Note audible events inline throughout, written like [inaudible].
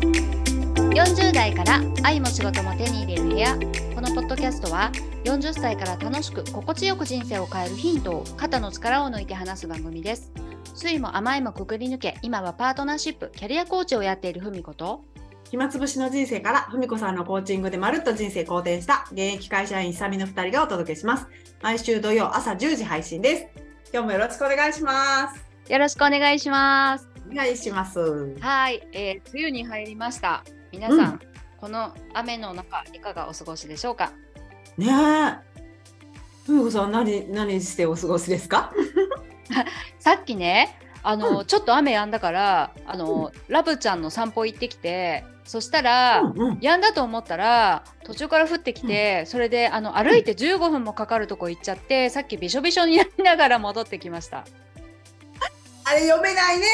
40代から愛も仕事も手に入れる部屋このポッドキャストは40歳から楽しく心地よく人生を変えるヒントを肩の力を抜いて話す番組です酸いも甘いもくぐり抜け今はパートナーシップキャリアコーチをやっているふみこと暇つぶしの人生から、ふみこさんのコーチングでまるっと人生好転した現役会社員久美の2人がお届けします。毎週土曜朝10時配信です。今日もよろしくお願いします。よろしくお願いしますお願いします。はい、えー、梅雨に入りました皆さん、うんこの雨の中いかがお過ごしでしょうかねえ。ふみこさん、何、何してお過ごしですか。さっきねあの、うちょっと雨やんだからあの、ラブちゃんの散歩行ってきてそしたら、うんうん。やんだと思ったら途中から降ってきて、それであの歩いて15分もかかるとこ行っちゃってさっきびしょびしょになりながら戻ってきましたあれ読めないね。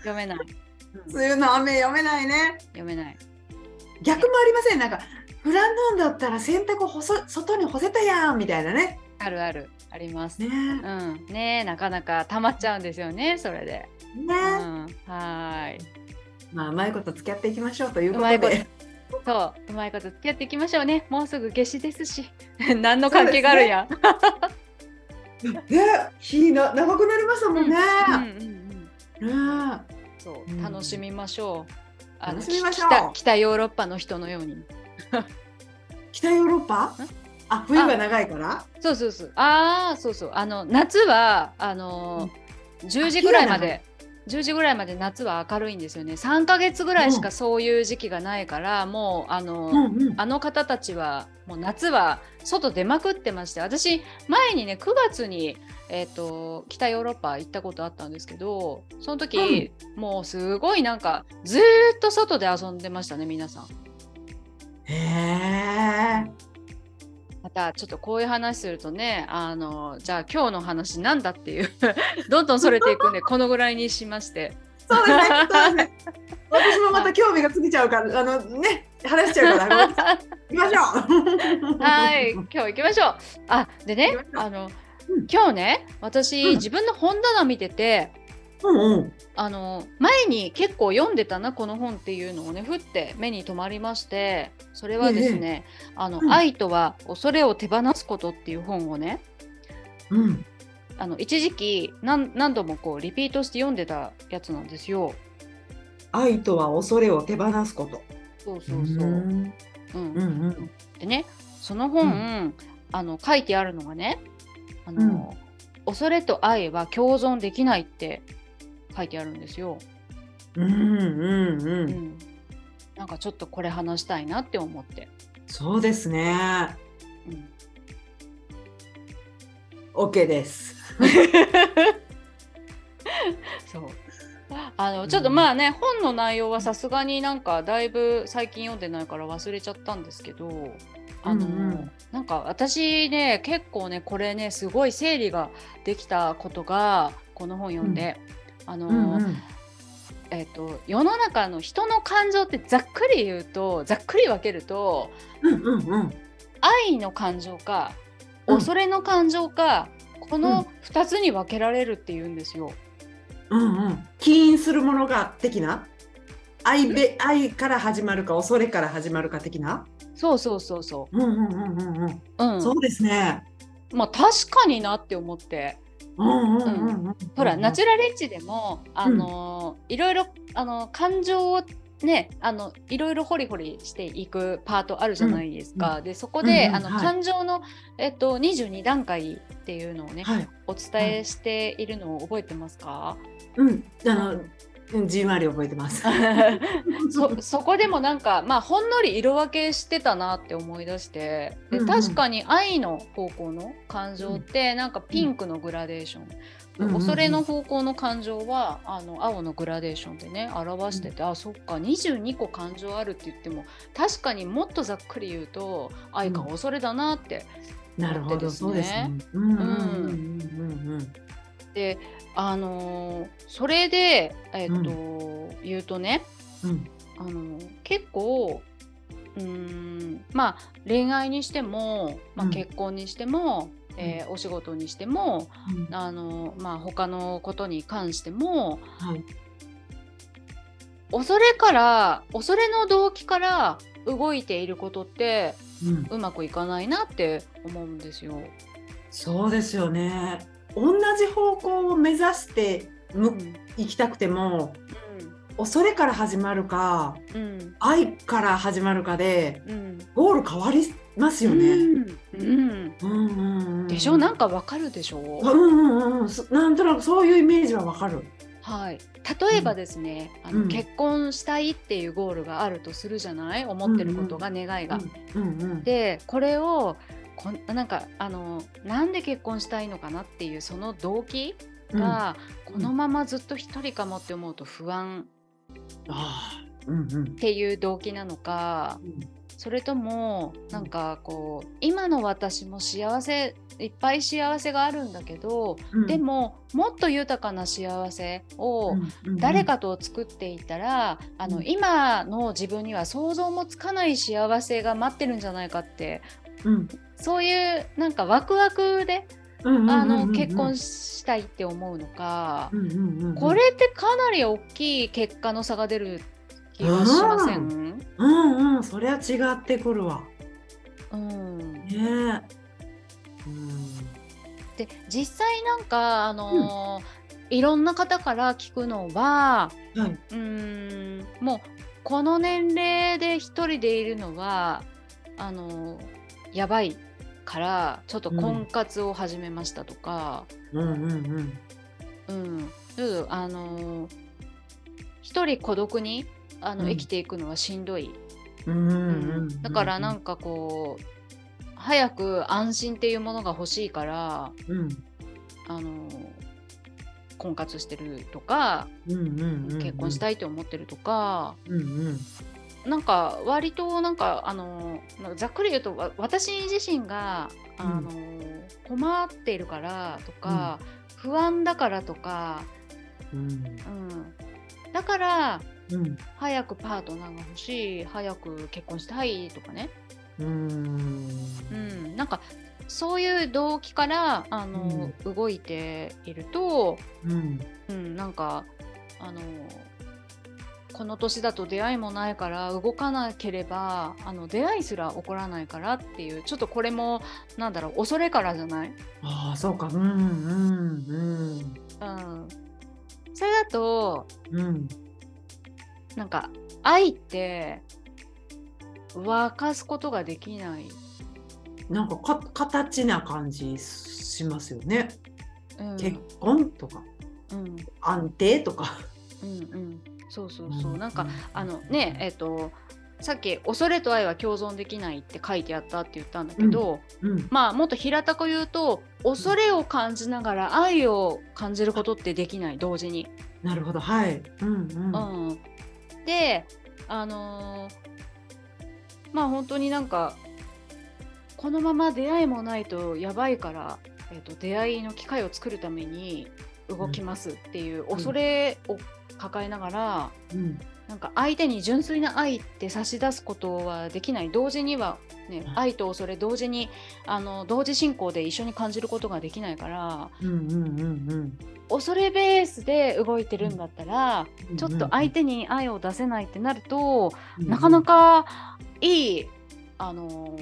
読めない梅雨の雨読めないね。読めない逆もありません。なんか。フランドンだったら洗濯干そ外に干せたやんみたいなね。あるあるありますねうんねえなかなか溜まっちゃうんですよねそれで、うえ。ねえ。ん、はーいまあ、うまいこと付き合っていきましょうというこうまいとことで。そううまいこと付き合っていきましょうねもうすぐ夏至です [laughs] し何の関係があるやん、ね、日な長くなりましたもんね。うんうんうんねそううん楽しみましょう、あの楽しみましょう北北ヨーロッパの人のようにえ北ヨーロッパん？あ、冬が長いから。そうそうそう。ああ、そうそう。あの夏はあのー、10時ぐらいまで。10時ぐらいまで夏は明るいんですよね3ヶ月ぐらいしかそういう時期がないから、もうあのー、うんうん。あの方たちはもう夏は外出まくってまして私前にね9月に、えー、と北ヨーロッパ行ったことあったんですけどその時、もうすごいなんかずーっと外で遊んでましたね皆さん。へえ。またちょっとこういう話するとねあのじゃあ今日の話なんだっていう [laughs] どんどんそれていくんでこのぐらいにしましてそうですね。そ [laughs] うですね。私もまた興味がつぎちゃうから、あのね、話しちゃうから、行きましょ [laughs] う。はい今日行きましょうあでね行きましょうあの、うん今日ね私、うん自分の本棚見ててうんうん。あの前に結構読んでたなこの本っていうのをねふって目に留まりましてそれはですね「あのうん愛とは恐れを手放すこと」っていう本をねうん。あの一時期何何度もこうリピートして読んでたやつなんですよ。愛とは恐れを手放すこと。そうそうそう。んうんうんうん。でねその本、うあの書いてあるのがねあの、恐れと愛は共存できないって書いてあるんですよ。うんうんううんん。なんかちょっとこれ話したいなって思って。そうですね。うん、 OK です。そうあのちょっとうんまあね、本の内容はさすがになんかだいぶ最近読んでないから忘れちゃったんですけどあの、うんうんなんか私ね結構ねこれねすごい整理ができたことがこの本読んで、あの、ん。えっと世の中の人の感情ってざっくり言うとざっくり分けるとうんうんうん。愛の感情かうん恐れの感情か、この2つに分けられるっていうんですよ。うんうん、起因するものが的な愛べ愛から始まるか恐れから始まるか的な、そうそうそうそうんうんうんうんうんう。うん、そうですね。まあ確かになって思ってうんうんうんうん、ほら、ナチュラルエッジでもあのーいろいろあの感情をねあのいろいろホリホリしていくパートあるじゃないですか、でそこで、うんうんあのはい感情の、えっと、22段階っていうのをね、はい、お伝えしているのを覚えてますか、うん、あの、うん、じんわり覚えて [laughs] ます。そそこでもなんか、まあ、ほんのり色分けしてたなって思い出してでうんうん確かに愛の方向の感情ってなんかピンクのグラデーション、うん恐れの、方向の感情はあの青のグラデーションでね表してて、あそっか22個感情あるって言っても確かにもっとざっくり言うと愛か恐れだなって、 [laughs] なるほど、そうですね。うんうんうんうんうんであのーそれで、えっと言うとねうんあの結構うーんまあ恋愛にしても、まあ、うん結婚にしても、えーお仕事にしてもうんあの、まあ、他のことに関してもはい恐れから恐れの動機から動いていることってうん、うまくいかないなって思うんですよ。そうですよね。同じ方向を目指してうむん行きたくても恐れから始まるかうん愛から始まるかでうんゴール変わりますよね。うんうんうんうんうん、でしょなんかわかるでしょうんうんうんそなんとなくそういうイメージはわかる。はい、例えばですね、あのうん結婚したいっていうゴールがあるとするじゃない思ってることが、願いが。うんうんでこれをこんなんかあのなんで結婚したいのかなっていうその動機うん、あが、このままずっと一人かもって思うと不安あうんうんっていう動機なのかそれともなんかこう今の私も幸せいっぱい幸せがあるんだけど、うんでももっと豊かな幸せを、うんうん誰かと作っていたら、あうのん今の自分には想像もつかない幸せが待ってるんじゃないかってうんそういうなんかワクワクで、うんうんうんうんあの結婚したいって思うのか、うんうんうんこれってかなり大きい結果の差が出る気がしません、うんうんそりゃ違ってくるわうん、ねえうんで実際なんかあのーいろんな方から聞くのは、はい、うーんもうこの年齢で一人でいるのはあのやばいからちょっと婚活を始めましたとか、うんうんうんうん、ちょっとあの一人孤独にあの、うん生きていくのはしんどい、うんうんうんうんうんだからなんかこう早く安心っていうものが欲しいからうんあの婚活してるとか、うんうんうん結婚したいと思ってるとか。うんうんなんか割となんかあのまあざっくり言うとわ私自身がうあんの、困っているからとか、不安だからとか、うんうん、だからうん早くパートナーが欲しい早く結婚したいとかね、うんうん、なんかそういう動機からあの、動いていると、うんうん、なんかあのこの年だと出会いもないから動かなければあの出会いすら起こらないからっていうちょっとこれもなんだろう恐れからじゃない、ああそうかうんうんううんん、それだとうんなんか愛って沸かすことができない、なんかか形な感じしますよね、うん、結婚とかうん安定とかうんうんそうそうそう、なんかあのねえっ、とさっき「恐れと愛は共存できない」って書いてあったって言ったんだけど、うんまあもっと平たく言うと恐れを感じながら愛を感じることってできない同時に。なるほどはいうんうんうん、であのーまあ本当になんかこのまま出会いもないとやばいから、えっと出会いの機会を作るために動きますっていう恐れを抱えながら、うんなんか相手に純粋な愛って差し出すことはできない同時には、ねう、ん愛と恐れ同時にあの同時進行で一緒に感じることができないからうんうんうん恐れベースで動いてるんだったら、うんちょっと相手に愛を出せないってなると、うんなかなかいいあの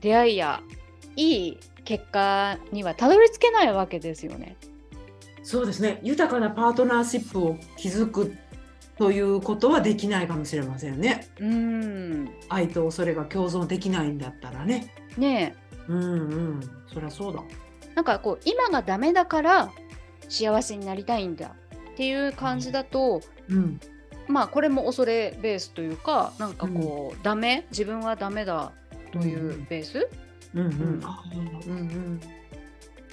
出会いやいい結果にはたどり着けないわけですよね。そうですね豊かなパートナーシップを築くということはできないかもしれませんねうん愛と恐れが共存できないんだったらねねえうんうんそりゃそうだなんかこう今がダメだから幸せになりたいんだっていう感じだと、うんまあこれも恐れベースというかなんかこう、ダメ自分はダメだというベース、うんうんうんあーうんうん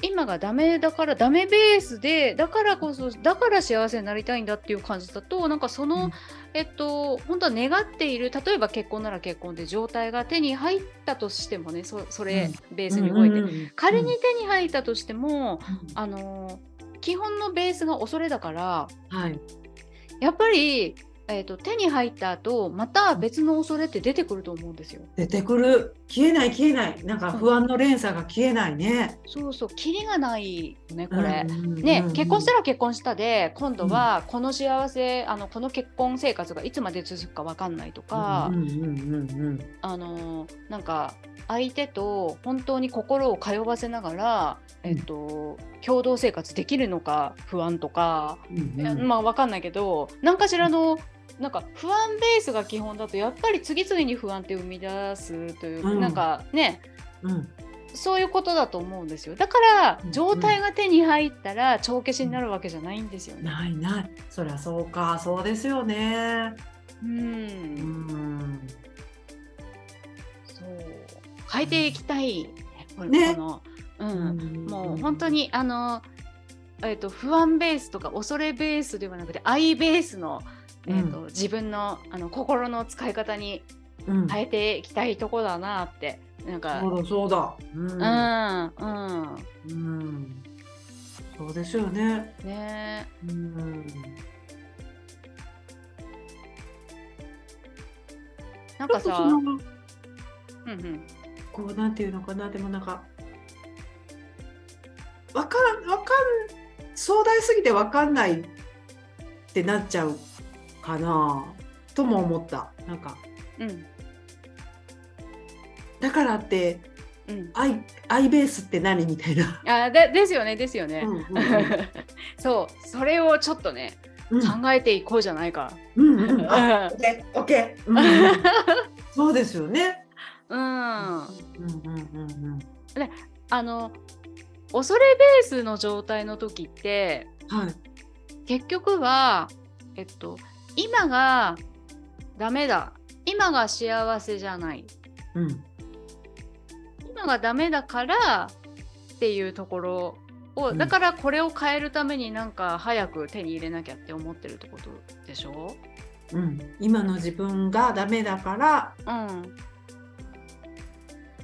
今がダメだからダメベースでだからこそだから幸せになりたいんだっていう感じだとなんかその、うんえっと本当は願っている例えば結婚なら結婚で状態が手に入ったとしてもねそそれベースに動いて、うんうんうん仮に手に入ったとしても、うあの基本のベースが恐れだからんはいやっぱりえー、と手に入った後また別の恐れって出てくると思うんですよ。出てくる消えない消えないなんか不安の連鎖が消えないね。そうそうキリがないよねこれ。うんうんうんうんね、結婚したら結婚したで今度はこの幸せ、あのこの結婚生活がいつまで続くかわかんないとか、うんうんうんうんあのなんか相手と本当に心を通わせながら、うんえっと、共同生活できるのか不安とか、うんいやうんまあわかんないけど何かしらのなんか不安ベースが基本だとやっぱり次々に不安って生み出すという、うんなんかねうんそういうことだと思うんですよだからうん状態が手に入ったら帳消しになるわけじゃないんですよね。ないないそりゃそうかそうですよね。う、うんんそう変えていきたいねこれねこの、うん、もう本当にあの、えー、と不安ベースとか恐れベースではなくて愛ベースの、えーと自分のあの心の使い方にうん変えていきたいとこだなってなんかそうだそうだ。うんうん、うんうんそうですよね。ねうんなんちょかっとさ、そうのんこうなんていうのかなでもなんかわからんわかん壮大すぎてわかんないってなっちゃうかなとも思ったなんかうんうんだからってうん愛愛ベースって何みたいな、あでですよねですようね、んうん [laughs] そうそれをちょっとね、うん考えていこうじゃないか、うん [laughs] うんうんあうオッケーオッケー [laughs] うんうんそうですよねん、うんうんうんうんあの恐れベースの状態の時ってはい結局は、えっと、今がダメだ今が幸せじゃないうん今がダメだからっていうところを、うんだからこれを変えるためになんか早く手に入れなきゃって思ってるってことでしょうん今の自分がダメだからうん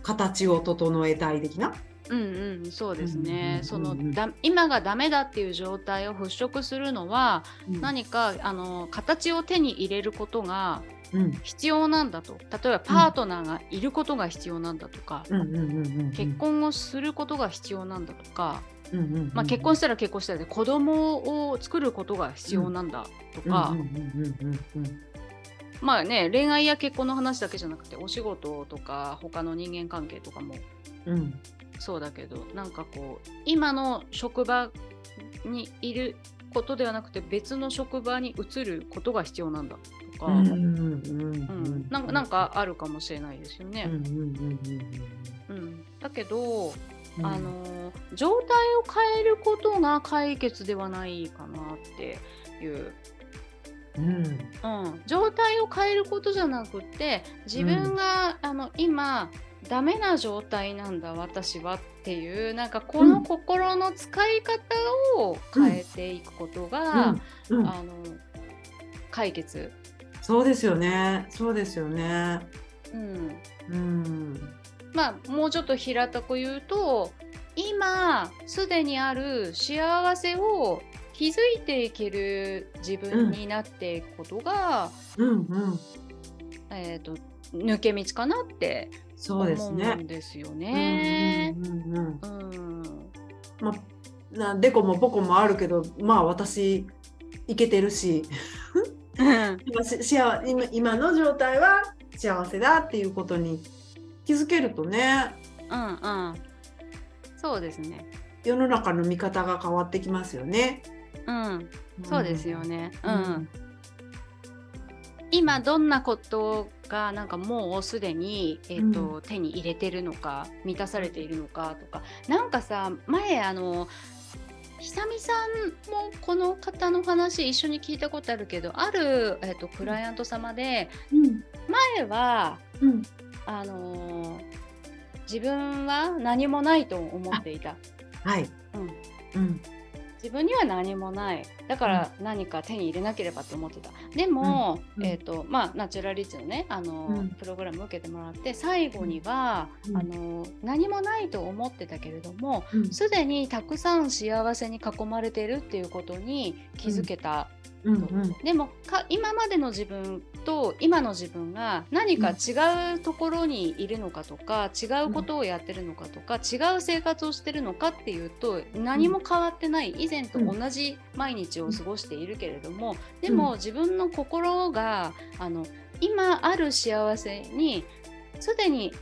形を整えたい的なうんうんそうですね、うんそうんうんうんのだ今がダメだっていう状態を払拭するのは、うん何かあの形を手に入れることがうん必要なんだと例えばパートナーがいることが必要なんだとか、うんうんうんうんうん結婚をすることが必要なんだとか、うんうんうんまあ、結婚したら結婚したらで子供を作ることが必要なんだとか、うんうんうんうんうんまあね恋愛や結婚の話だけじゃなくてお仕事とか他の人間関係とかもうんそうだけどなんかこう今の職場にいることではなくて別の職場に移ることが必要なんだとか、うんううんんうんうんなんかなんかあるかもしれないですよね。うんうんうんうんうん、だけど、うんあのー状態を変えることが解決ではないかなっていう、うんうん、状態を変えることじゃなくて自分が、あの今ダメな状態なんだ私はっていうなんかこうのん心の使い方を変えていくことが、うんうんあの解決、そうですよねそうですよねうん、うんまあもうちょっと平たく言うと今すでにある幸せを気づいていける自分になっていくことが、うんうんえー、と抜け道かなってそう思ですうねんですようんね。うんうんううんんまあなでこもぼこもあるけどまあ私いけてるし今ししあ [laughs] 今今の状態は幸せだっていうことに気づけるとねうんうんそうですね。世の中の見方が変わってきますよね。うん、そうですよね。う。うんん、今どんなことがなんかもうすでに、えーとう手に入れてるのか満たされているのかとかなんかさ前あの久美さんもこの方の話一緒に聞いたことあるけどある、えー、とクライアント様でうん。前はうん。あのー自分は何もないと思っていた、はい。うん、うん。自分には何もないだから何か手に入れなければと思ってた。でも、うんえっ、とまあナチュラリッチのねあの、うんプログラム受けてもらって最後には、うんあの何もないと思ってたけれどもうんすでにたくさん幸せに囲まれてるっていうことに気づけた。うんうんでもか今までの自分と今の自分が何か違うところにいるのかとか、違うことをやってるのかとか、違う生活をしてるのかっていうと何も変わってない以前と同じ毎日を過ごしているけれども、でも自分の心があの今ある幸せにすでに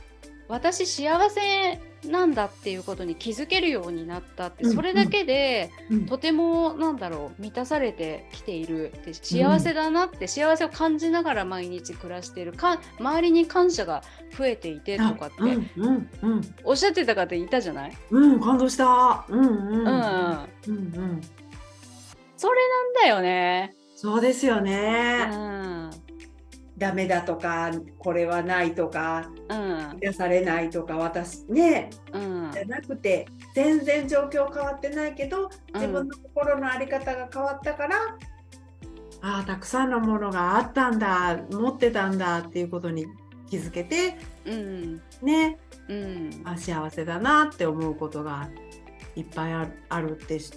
私幸せなんだっていうことに気づけるようになったって、うんそれだけで、うんとてもなんだろう満たされてきているって幸せだなって、幸せを感じながら毎日暮らしているか周りに感謝が増えていてとかって、うんうんうんおっしゃってた方いたじゃない、うん感動したうんうんうん、うんうんそれなんだよね。そうですようね、んダメだとかこれはないとかうん出されないとか私ねうんじゃなくて全然状況変わってないけど自分の心の在り方が変わったから、ああたくさんのものがあったんだ持ってたんだっていうことに気づけてうんねうんあ幸せだなって思うことがいっぱいあるあるってし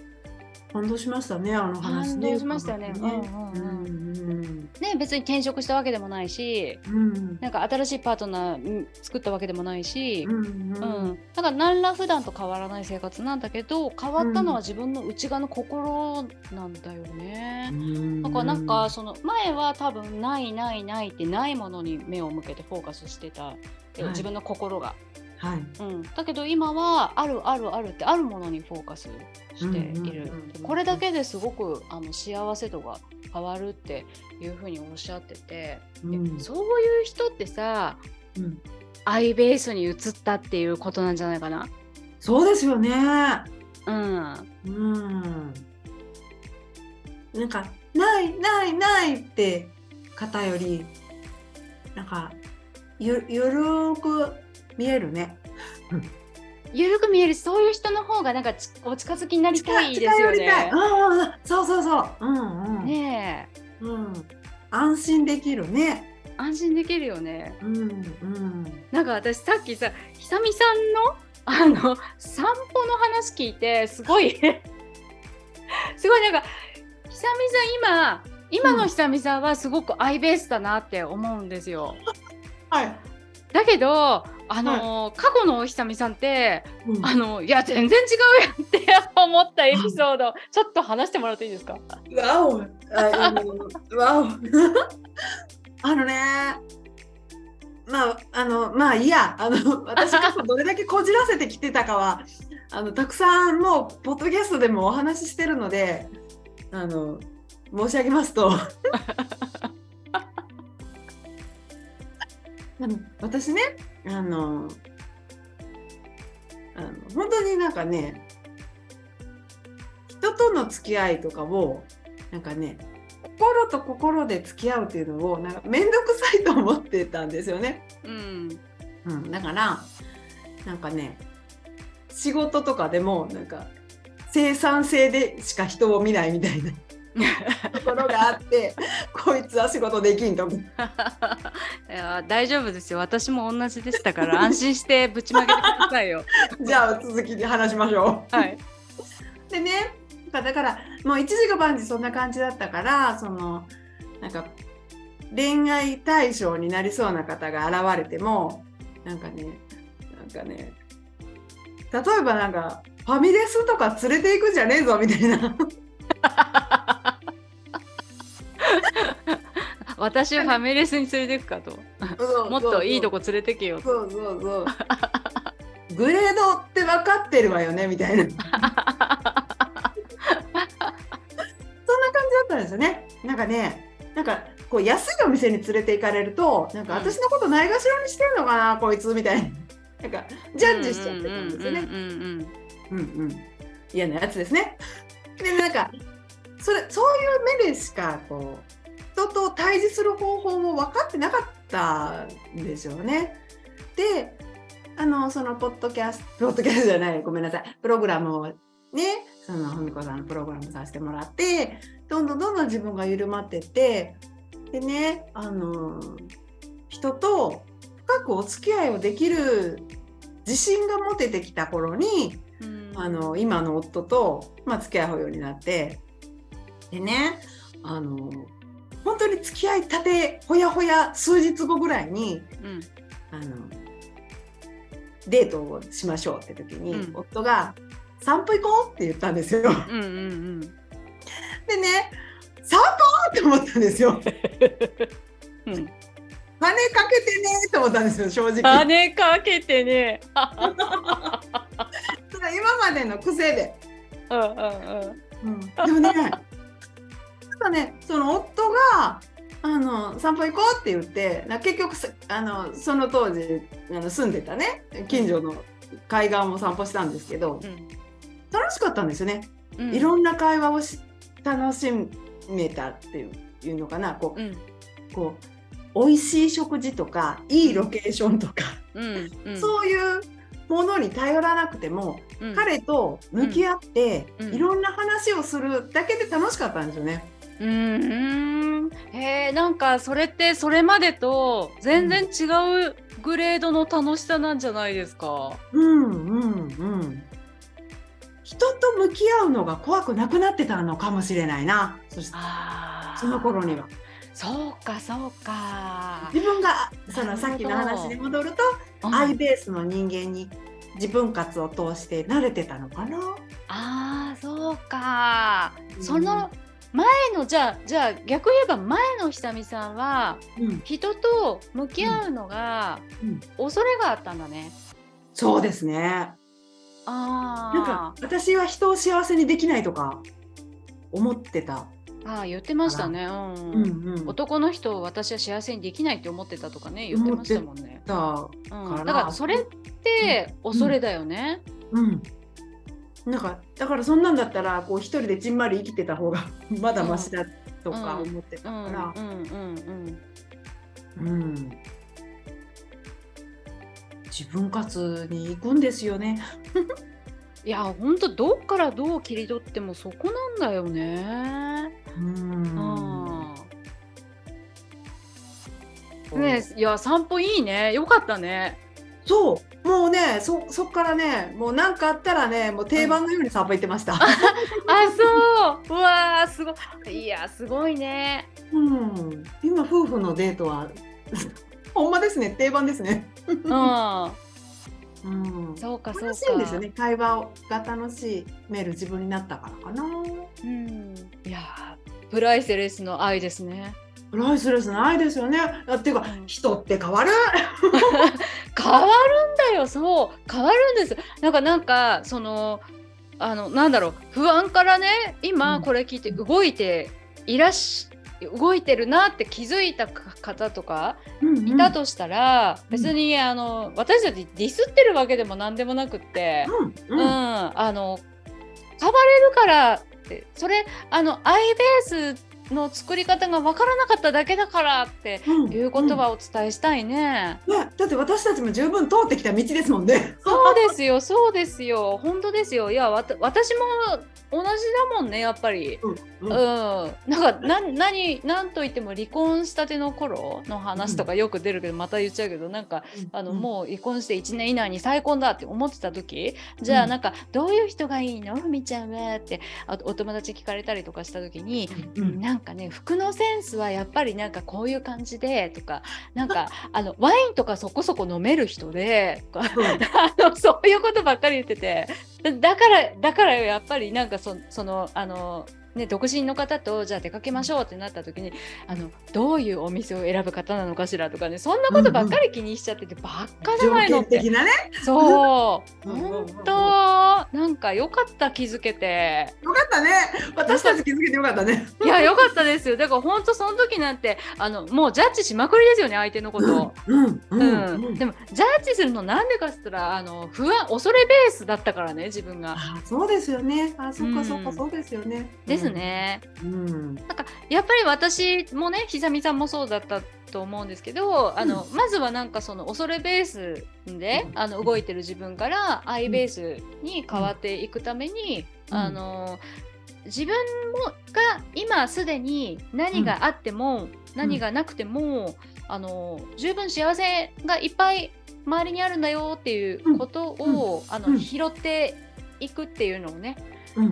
感動しましたねあの話感ね。動しましたよね。うんううんうんんね別に転職したわけでもないしうんうんなんか新しいパートナーうん作ったわけでもないしう、んううんん、だから何ら普段と変わらない生活なんだけど変わったのは自分の内側の心なんだよね。だからなんかその前は多分ないないないってないものに目を向けてフォーカスしてた、えはい自分の心が、はいうん、だけど今はあるあるあるってあるものにフォーカスしている、うんうんうんこれだけですごくあの幸せ度が変わるっていうふうにおっしゃってて、でうんそういう人ってさうんアイベースに移ったっていうことなんじゃないかな。そうですよね。うんうん。なんか、ないないないって方より、なんか、ゆ、ゆるーく見えるね。ゆるく見えるしそういう人の方がなんかちお近づきになりたいですよ近寄りたいねう。んうんうん、そうそうそう。うんうん。ねえうん。安心できるね。安心できるよね。うんうん。なんか私さっきさひさみさんのあの散歩の話聞いてすごい [laughs] すごいなんかひさみさん今今のひさみさんはすごくアイベースだなって思うんですよ。はい。だけどあの、過去のひさみさんってうんあのいや全然違うよって思ったエピソードちょっと話してもらっていいですかわお、あの、 [laughs] わお。あのね。まあ、あの、まあ、いいや、あの、私過去どれだけこじらせてきてたかは。あの、たくさん、もう、ポッドキャストでもお話ししてるので。あの、申し上げますと。 [laughs] あの、私ね、あの。あの、本当になんかね。人との付き合いとかをなんかね心と心で付き合うっていうのをなんか面倒くさいと思ってたんですよね。うん [laughs] うん、だからなんかね仕事とかでもなんか生産性でしか人を見ないみたいなところがあってこいつは仕事できんと思ういや大丈夫ですよ私も同じでしたから安心してぶちまけてくださいよじゃあ続きで話しましょう。はいでねなんかだからもう一時が万事そんな感じだったからそのなんか恋愛対象になりそうな方が現れてもなんかねなんかね例えばなんかファミレスとか連れて行くんじゃねえぞみたいな私をファミレスに連れてくかともっといいとここ連れてけよとそうそうそうグレードって分かってるわよねみたいな [laughs] そんな感じだったんですよねなんかねなんかこう安いお店に連れて行かれるとなんかうん私のことないがしろにしてるのかなこいつみたいななんかジャッジしちゃってたんですよねうんうんうんうんうんうん嫌なやつですね [laughs] でなんかそれそういう目でしかこう人と対峙する方法も分かってなかったんですよね。であのそのポッドキャストポッドキャストじゃないごめんなさいプログラムをねそのふみこさんのプログラムさせてもらってどんどんどんどん自分が緩まってってでねあの人と深くお付き合いをできる自信が持ててきた頃にうんあの今の夫と、まあ、付き合い保養になってでねあの本当に付き合いたてほやほや数日後ぐらいにうんあのデートをしましょうって時に、うん夫が「散歩行こう」って言ったんですよ。 [laughs] うんうんでね「散歩!」って思ったんですよ。うんうん金かけてねーって思ったんですよ正直。金かけてねそれ今までの癖で。うんうんうんうん、 [laughs] でもねなんかねその夫があの散歩行こうって言ってな結局さあのその当時あの住んでたね近所の海岸を散歩したんですけど楽しかったんですよね、うんいろんな会話をし楽しめたっていういうのかなこうんうこう美味しい食事とかいいロケーションとか、うんうんそういうものに頼らなくてもうん彼と向き合って、うんいろんな話をするだけで楽しかったんですよね。うーんへえなんかそれってそれまでと全然違うグレードの楽しさなんじゃないですか。うんうんうん。人と向き合うのが怖くなくなってたのかもしれないな。そしてあその頃には。そうかそうか。自分がそなのるほどさっきの話に戻ると、うんアイベースの人間に自分活を通して慣れてたのかな。あーそうか、うんその前のじゃあじゃあ逆言えば前の久美さんはうん、人と向き合うのがうんうん恐れがあったんだね。そうですね。あなんか私は人を幸せにできないとか思ってた。ーあー言ってましたね。うんうんうん。男の人を私は幸せにできないって思ってたとかね言ってましたもんね。だうんからだからそれって恐れだよね。うん。なんかだからそんなんだったらこう一人でちんまり生きてた方が [laughs] まだマシだとか思ってたうんうんかうんら。うんうん自分活に行くんですよね。いや本当どっからどう切り取ってもそこなんだよね。うん。あーねえいや散歩いいねよかったね。そう、もうね、そ、そっからね、もう何かあったらね、もう定番のように散歩行ってまし [laughs] た。あそううわーすごいいやすごいね。うん、今夫婦のデートは。 [laughs] ほんまですね、定番ですね。うんうん。そうかそうか。楽しいんですよね、会話が楽しめる自分になったからかな。うん。いやープライスレスの愛ですね。プライスレスないですよね。あっていうか、うん人って変わる。変わるんだよそう変わるんですなんかなんかそのあのなんだろう不安からねう今んこれ聞いて動いていらっし動いてるなって気づいた方とかうんいた。としたら、ん別にあの私たちディスってるわけでも何でもなくって、ううん、んうん、あの変われるからってそれあのアイベースの作り方が分からなかっただけだからってうんいうことはお伝えしたいね。ね、だって私たちも十分通ってきた道ですもんね。そうですよ、そうですよ、本当ですよ。いや、わた私も同じだもんね、やっぱり。ううん、ん、なんか、な、何、なんと言っても離婚したての頃の話とかよく出るけど、また言っちゃうけど、なんか。あの、もう離婚して1年以内に再婚だって思ってた時、じゃうあ、んなんか、どういう人がいいの、ふみちゃんはって。あと、お友達聞かれたりとかした時に、うん、うん、なんかね服のセンスはやっぱりなんかこういう感じでとかなんかあのワインとかそこそこ飲める人でとか [laughs] あのそういうことばっかり言っててだからだからやっぱりなんかそそのあの。ね、独身の方とじゃあ出かけましょうってなった時にあのどういうお店を選ぶ方なのかしらとかねそんなことばっかり気にしちゃってて、ばっかじゃないの条件って的なね。そううんうんうんうん本当なんか良かった気づけてよかったね。私たち気づけてよかったね。いや、良かったですよ。だから本当その時なんて、あの、もうジャッジしまくりですよね、相手のこと。うん、う、うんん、うん。でもジャッジするのなんでかっつったらあの不安恐れベースだったからね自分が。あ、そうですよね。あ、そっうか、んそっか、そうですよね。です。ね。うん、やっぱり私もねひさみさんもそうだったと思うんですけどあの、まずはなんかその恐れベースで、うんあの動いてる自分から愛ベースに変わっていくために、うんあの自分もが今すでに何があっても、何がなくても、あの十分幸せがいっぱい周りにあるんだよっていうことを、あのうん拾っていくっていうのをね、うん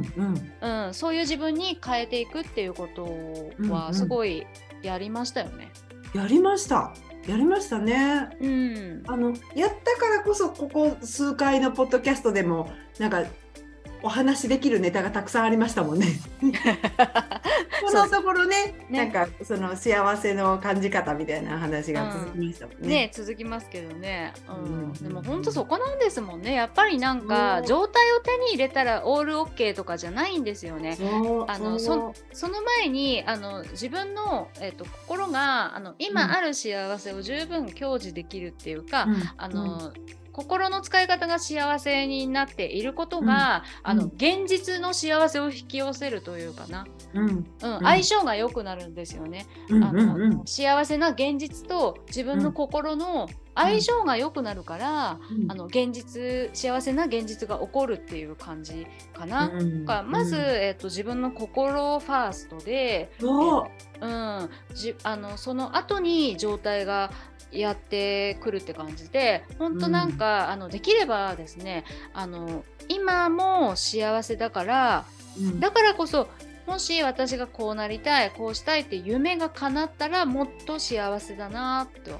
うんうん、そういう自分に変えていくっていうことうんうはんすごいやりましたよね。やりましたやりましたね [laughs] うん、あのやったからこそここ数回のポッドキャストでもなんかお話しできるネタがたくさんありましたもんね。このところねねなんかその幸せの感じ方みたいな話が続きましたもんね。ね続きますけどね、うんうんでも本当そこなんですもんねやっぱりなんかそう状態を手に入れたらオールオッケーとかじゃないんですよね。そうあのそうその前にあの自分の、えっと心があのうん今ある幸せを十分享受できるっていうか、うんあの心の使い方が幸せになっていることが、うんあのうん現実の幸せを引き寄せるというかな、うんうんん相性が良くなるんですよね。うんあうんのうん幸せな現実と自分の心の相性が良くなるから、うんあの現実幸せな現実が起こるっていう感じかな。うんかまず、うんえっと自分の心ファーストで、そううん、じあのその後に状態がやってくるって感じで本当なんか、あのできればですねあの今も幸せだからうんだからこそもし私がこうなりたいこうしたいって夢が叶ったらもっと幸せだなと。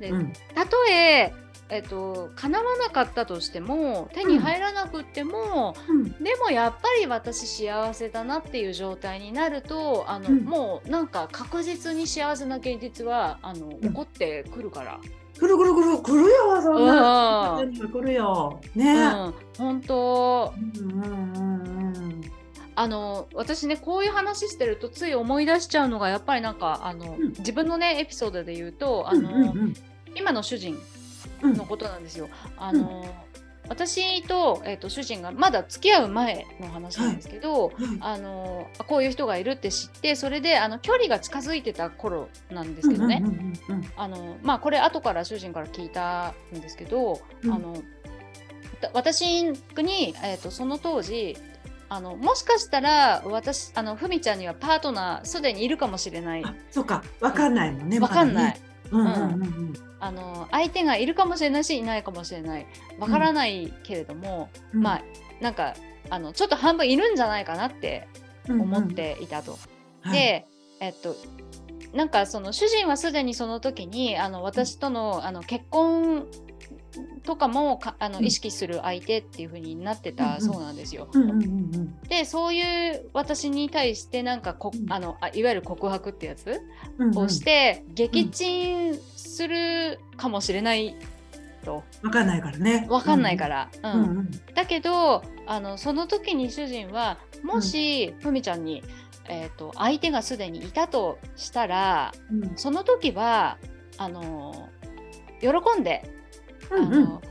でうんたとええっと、叶わなかったとしても手に入らなくっても、うんでもやっぱり私幸せだなっていう状態になるとあの、うんもうなんか確実に幸せな現実はあの、ん起こってくるから、くるくるくるくるよそんなうんくるようね。ん、本当うんうんうんうんあの私ねこういう話してるとつい思い出しちゃうのがやっぱりなんかあの、うん自分のねエピソードで言うとあうんの、うんうん今の主人うんのことなんですよ。あの、私と,、えっと主人がまだ付き合う前の話なんですけど、はいあのこういう人がいるって知ってそれであの距離が近づいてた頃なんですけどね、うんうんうんうんあのまあこれ後から主人から聞いたんですけど、うんあのた私に、えー、とその当時あのもしかしたら私あのふみちゃんにはパートナーすでにいるかもしれないあ、そうか、わかんないもんね。わかんない、まだね。うんうんうんあの相手がいるかもしれないしいないかもしれないわからないけれども、うん。まあなんかあのちょっと半分いるんじゃないかなってうん思っ、ていたと。うん、で、えっとなんかその主人はすでにその時にあの私とのあの結婚とかもかあのうん意識する相手っていう風になってうんうたんそうなんですよ。うんうんうんうんでそういう私に対してなんかこうんあのあいわゆる告白ってやつうんうん、をして撃沈するかもしれないとわかんないからね。分かんないから。ううんん。うんうんだけどあのその時に主人はもしふみちゃんに、えー、と相手がすでにいたとしたらうんその時はあの喜んで、うんあうんの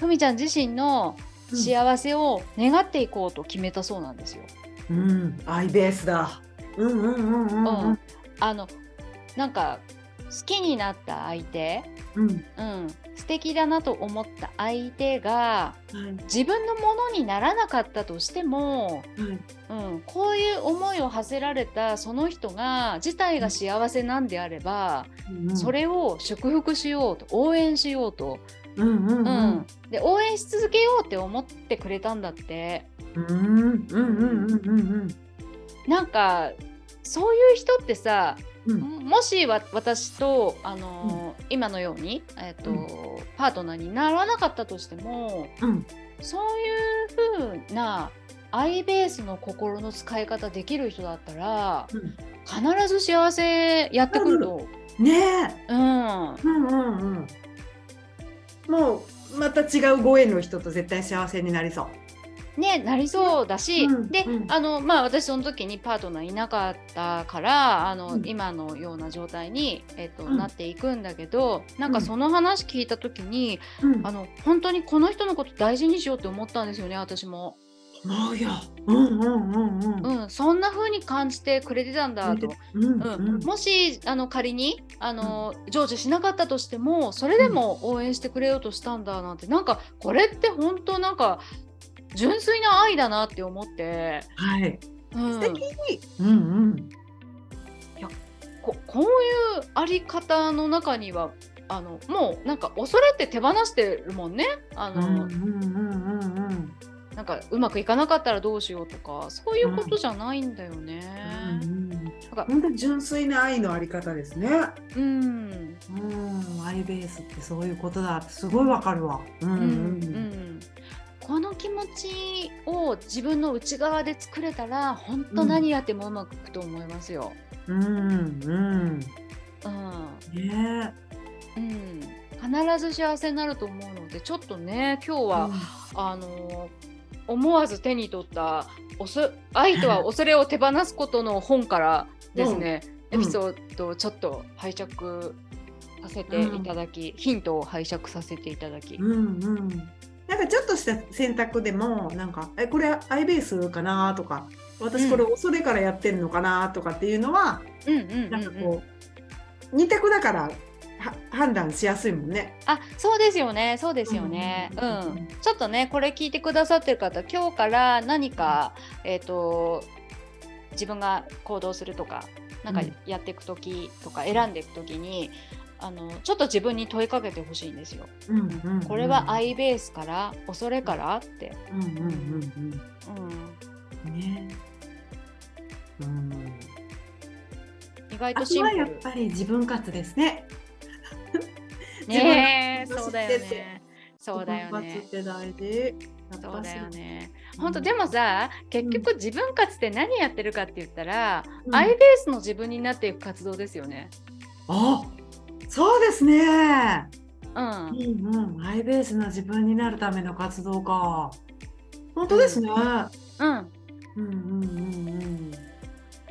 ふみちゃん自身の幸せを願っていこうと決めたそうなんですよ。うん、アイベースだ。うんうんうんうんうんうんあのなんか好きになった相手、うん。うん、素敵だなと思った相手がはい自分のものにならなかったとしてもはい。うん、こういう思いを馳せられたその人が自体が幸せなんであれば、うんうんそ。れを祝福しようと応援しようと、うんうんううんん。で応援し続けようって思ってくれたんだってうんうんうんうんうんなんかそういう人ってさ、うんもしわ私と、あのー今のように、えっとうパートナーにならなかったとしてもうん。そういう風なアイベースの心の使い方できる人だったらうん必ず幸せやってくると、ねえ。うん、うんうんうん。もうまた違うご縁の人と絶対幸せになりそう。ねなりそうだし、うんで、うんあのまあ私その時にパートナーいなかったからあの、うん今のような状態に、えっとうんなっていくんだけどなんうかんその話聞いた時に、うんあの本当にこの人のこと大事にしようって思ったんですよね私も、思うよ。うんうんうんうん。うん、そんな風に感じてくれてたんだと。うんううんん、もしあの仮にあの、成就しなかったとしてもそれでも応援してくれようとしたんだなんてなんかこれって本当なんか純粋な愛だなって思って、はい。うん、うんうん。ここういうあり方の中にはあのもうなんか恐れて手放してるもんねあうんうんの、うんうんうん。なんかうまくいかなかったらどうしようとかそういうことじゃないんだよね。なんか本当に純粋な愛のあり方ですね。うんうん、愛ベースってそういうことだってすごいわかるわ。うんううんんうんこの気持ちを自分の内側で作れたら本当何やってもうまくいくと思いますよ。うんうん。ねうんえ。うん、必ず幸せになると思うのでちょっとね今日は、あの思わず手に取ったおそ愛とは [laughs] 恐れを手放すことの本からですね、うんエピソードをちょっと拝借させていただき、ヒントを拝借させていただき、うんうん。なんかちょっとした選択でもなんかえこれアイベースかなとか私これ恐れからやってるのかなとかっていうのは、うんうんうんうんなんかこう二択だからは判断しやすいもんね。あそうですよねそうですよねううんん、うんうんうんちょっとねこれ聞いてくださってる方今日から何かえっ、と自分が行動するとかなんかうんやっていく時とか選んでいく時に、あのちょっと自分に問いかけてほしいんですよ。うんうんうんこれは愛ベースから恐れからって、うんうんうんうん、うん。ね。うん。意外とあとシンはプやっルぱり自分勝手ですね。ねえ自分のそうだよ知っててねそうだよ自分ね勝手って大事。そうだよね。うん本当でもさ結局自分活って何やってるかって言ったら、うんアイベースの自分になっていく活動ですよね。あ、そうですね。うん、うんうん、アイベースの自分になるための活動か。本当ですね。うん。うんうんうん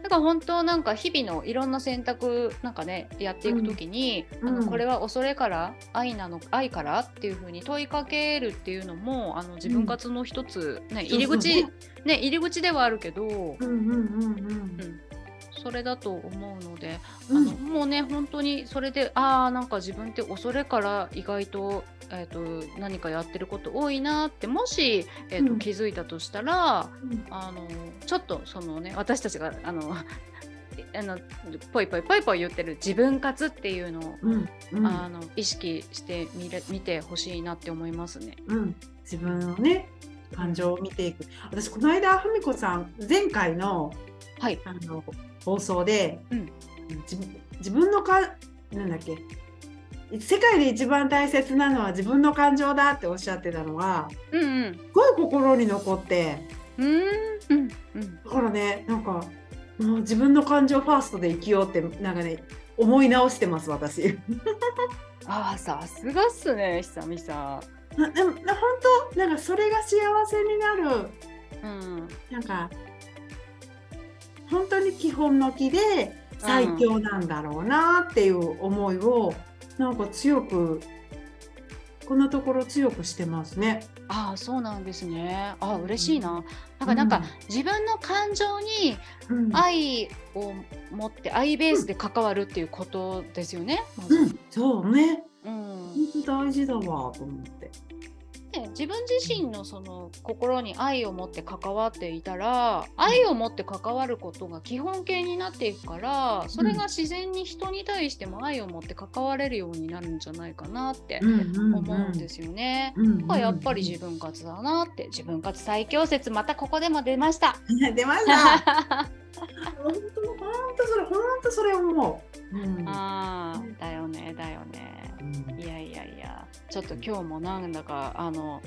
だから本当なんか日々のいろんな選択なんかねやっていくときに、うんあうんのこれは恐れから愛なの愛からっていうふうに問いかけるっていうのもあの自分活の一つ、ね入り口そうね入り口ではあるけどうん。う、んうんうんうんうん、それだと思うので、うあのん。もうね本当にそれでああなんか自分って恐れから意外と,、えー、と何かやってること多いなってもし、えーとうん気づいたとしたら、うんあのちょっとそのね私たちがあの [laughs] あのぽいぽいぽいぽい言ってる自分活っていうのを、うんうんあの意識してみれ見てほしいなって思いますね。うん。自分のね、感情を見ていく。私この間ふみこさん前回のはい、あの放送で、うん自分自分のかなんだっけ世界で一番大切なのは自分の感情だっておっしゃってたのがうんうんすごい心に残ってうーんうんうんだからねなんかもう自分の感情ファーストで生きようってなんかね思い直してます私 [laughs] ああさすがっすね久々。なでもな本当なんかそれが幸せになるうんなんか本当に基本の木で最強なんだろうなっていう思いを、なんか強くこのところ強くしてますね。ああそうなんですね。ああうん嬉しいな。なんかなんか、うん自分の感情にうん、愛を持って愛ベースで関わるっていうことですよね。まずうん、そうねうん本当大事だわと思って。ね自分自身のその心に愛を持って関わっていたら愛を持って関わることが基本形になっていくからそれが自然に人に対しても愛を持って関われるようになるんじゃないかなってうんうん思うんですよね。うんうんだからやっぱり自分勝だなって自分勝最強説またここでも出ました。 [laughs] 出ました。本当本当それ本当それ思う。う [laughs] んあーだよねだよね。うんいやいやいやちょっと今日もなんだかあの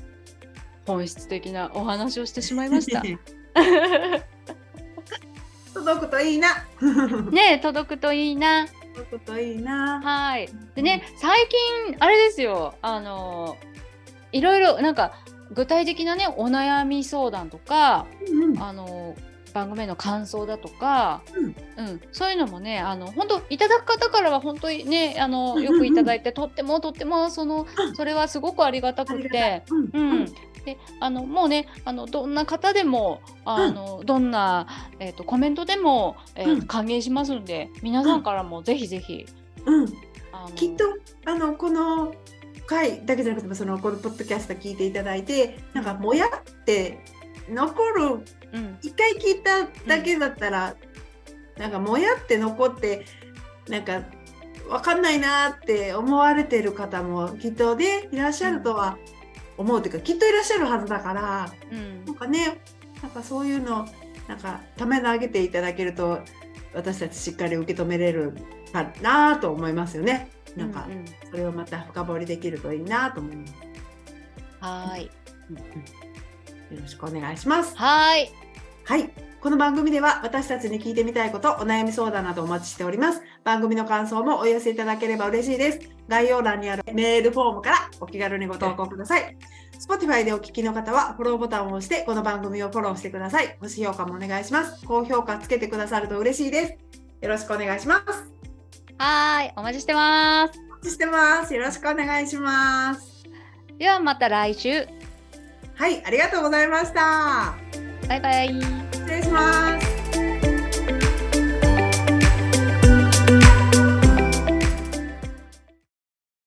本質的なお話をしてしまいま [laughs] した。届くといいな。届ねえ届くといいな。くといいな。はい。でね、最近あれですよ。あのいろいろなんか具体的なねお悩み相談とか、うんうんあの番組への感想だとか、うんうん、そういうのもね、あの本当いただく方からは本当にね、あのよくいただいて、とってもとってもそのそれはすごくありがたくありがて。うんううんん、であのもうねあのどんな方でもあの、どんな、えー、とコメントでも、えーうん歓迎しますので皆さんからもぜひぜひ、うんあのきっとあのこの回だけじゃなくてそのこのポッドキャスト聞いていただいてなんかもやって残るうん一回聞いただけだったら、なんかもやって残ってなんかわかんないなーって思われてる方もきっとねいらっしゃるとは思うというか、きっといらっしゃるはずだからうんなんかねなんかそういうのなんかため上げていただけると私たちしっかり受け止めれるかなと思いますよね。なんかううそれをまた深掘りできるといいなと思います。はーいうんうんよろしくお願いします。はーいはい。この番組では私たちに聞いてみたいこと、お悩み相談などお待ちしております。番組の感想もお寄せいただければ嬉しいです。概要欄にあるメールフォームからお気軽にご投稿ください。Spotify でお聞きの方はフォローボタンを押してこの番組をフォローしてください。星評価もお願いします。高評価つけてくださると嬉しいです。よろしくお願いします。はーいお待ちしてますお待ちしてます。よろしくお願いします。ではまた来週はい、ありがとうございました。バイバイ失礼します。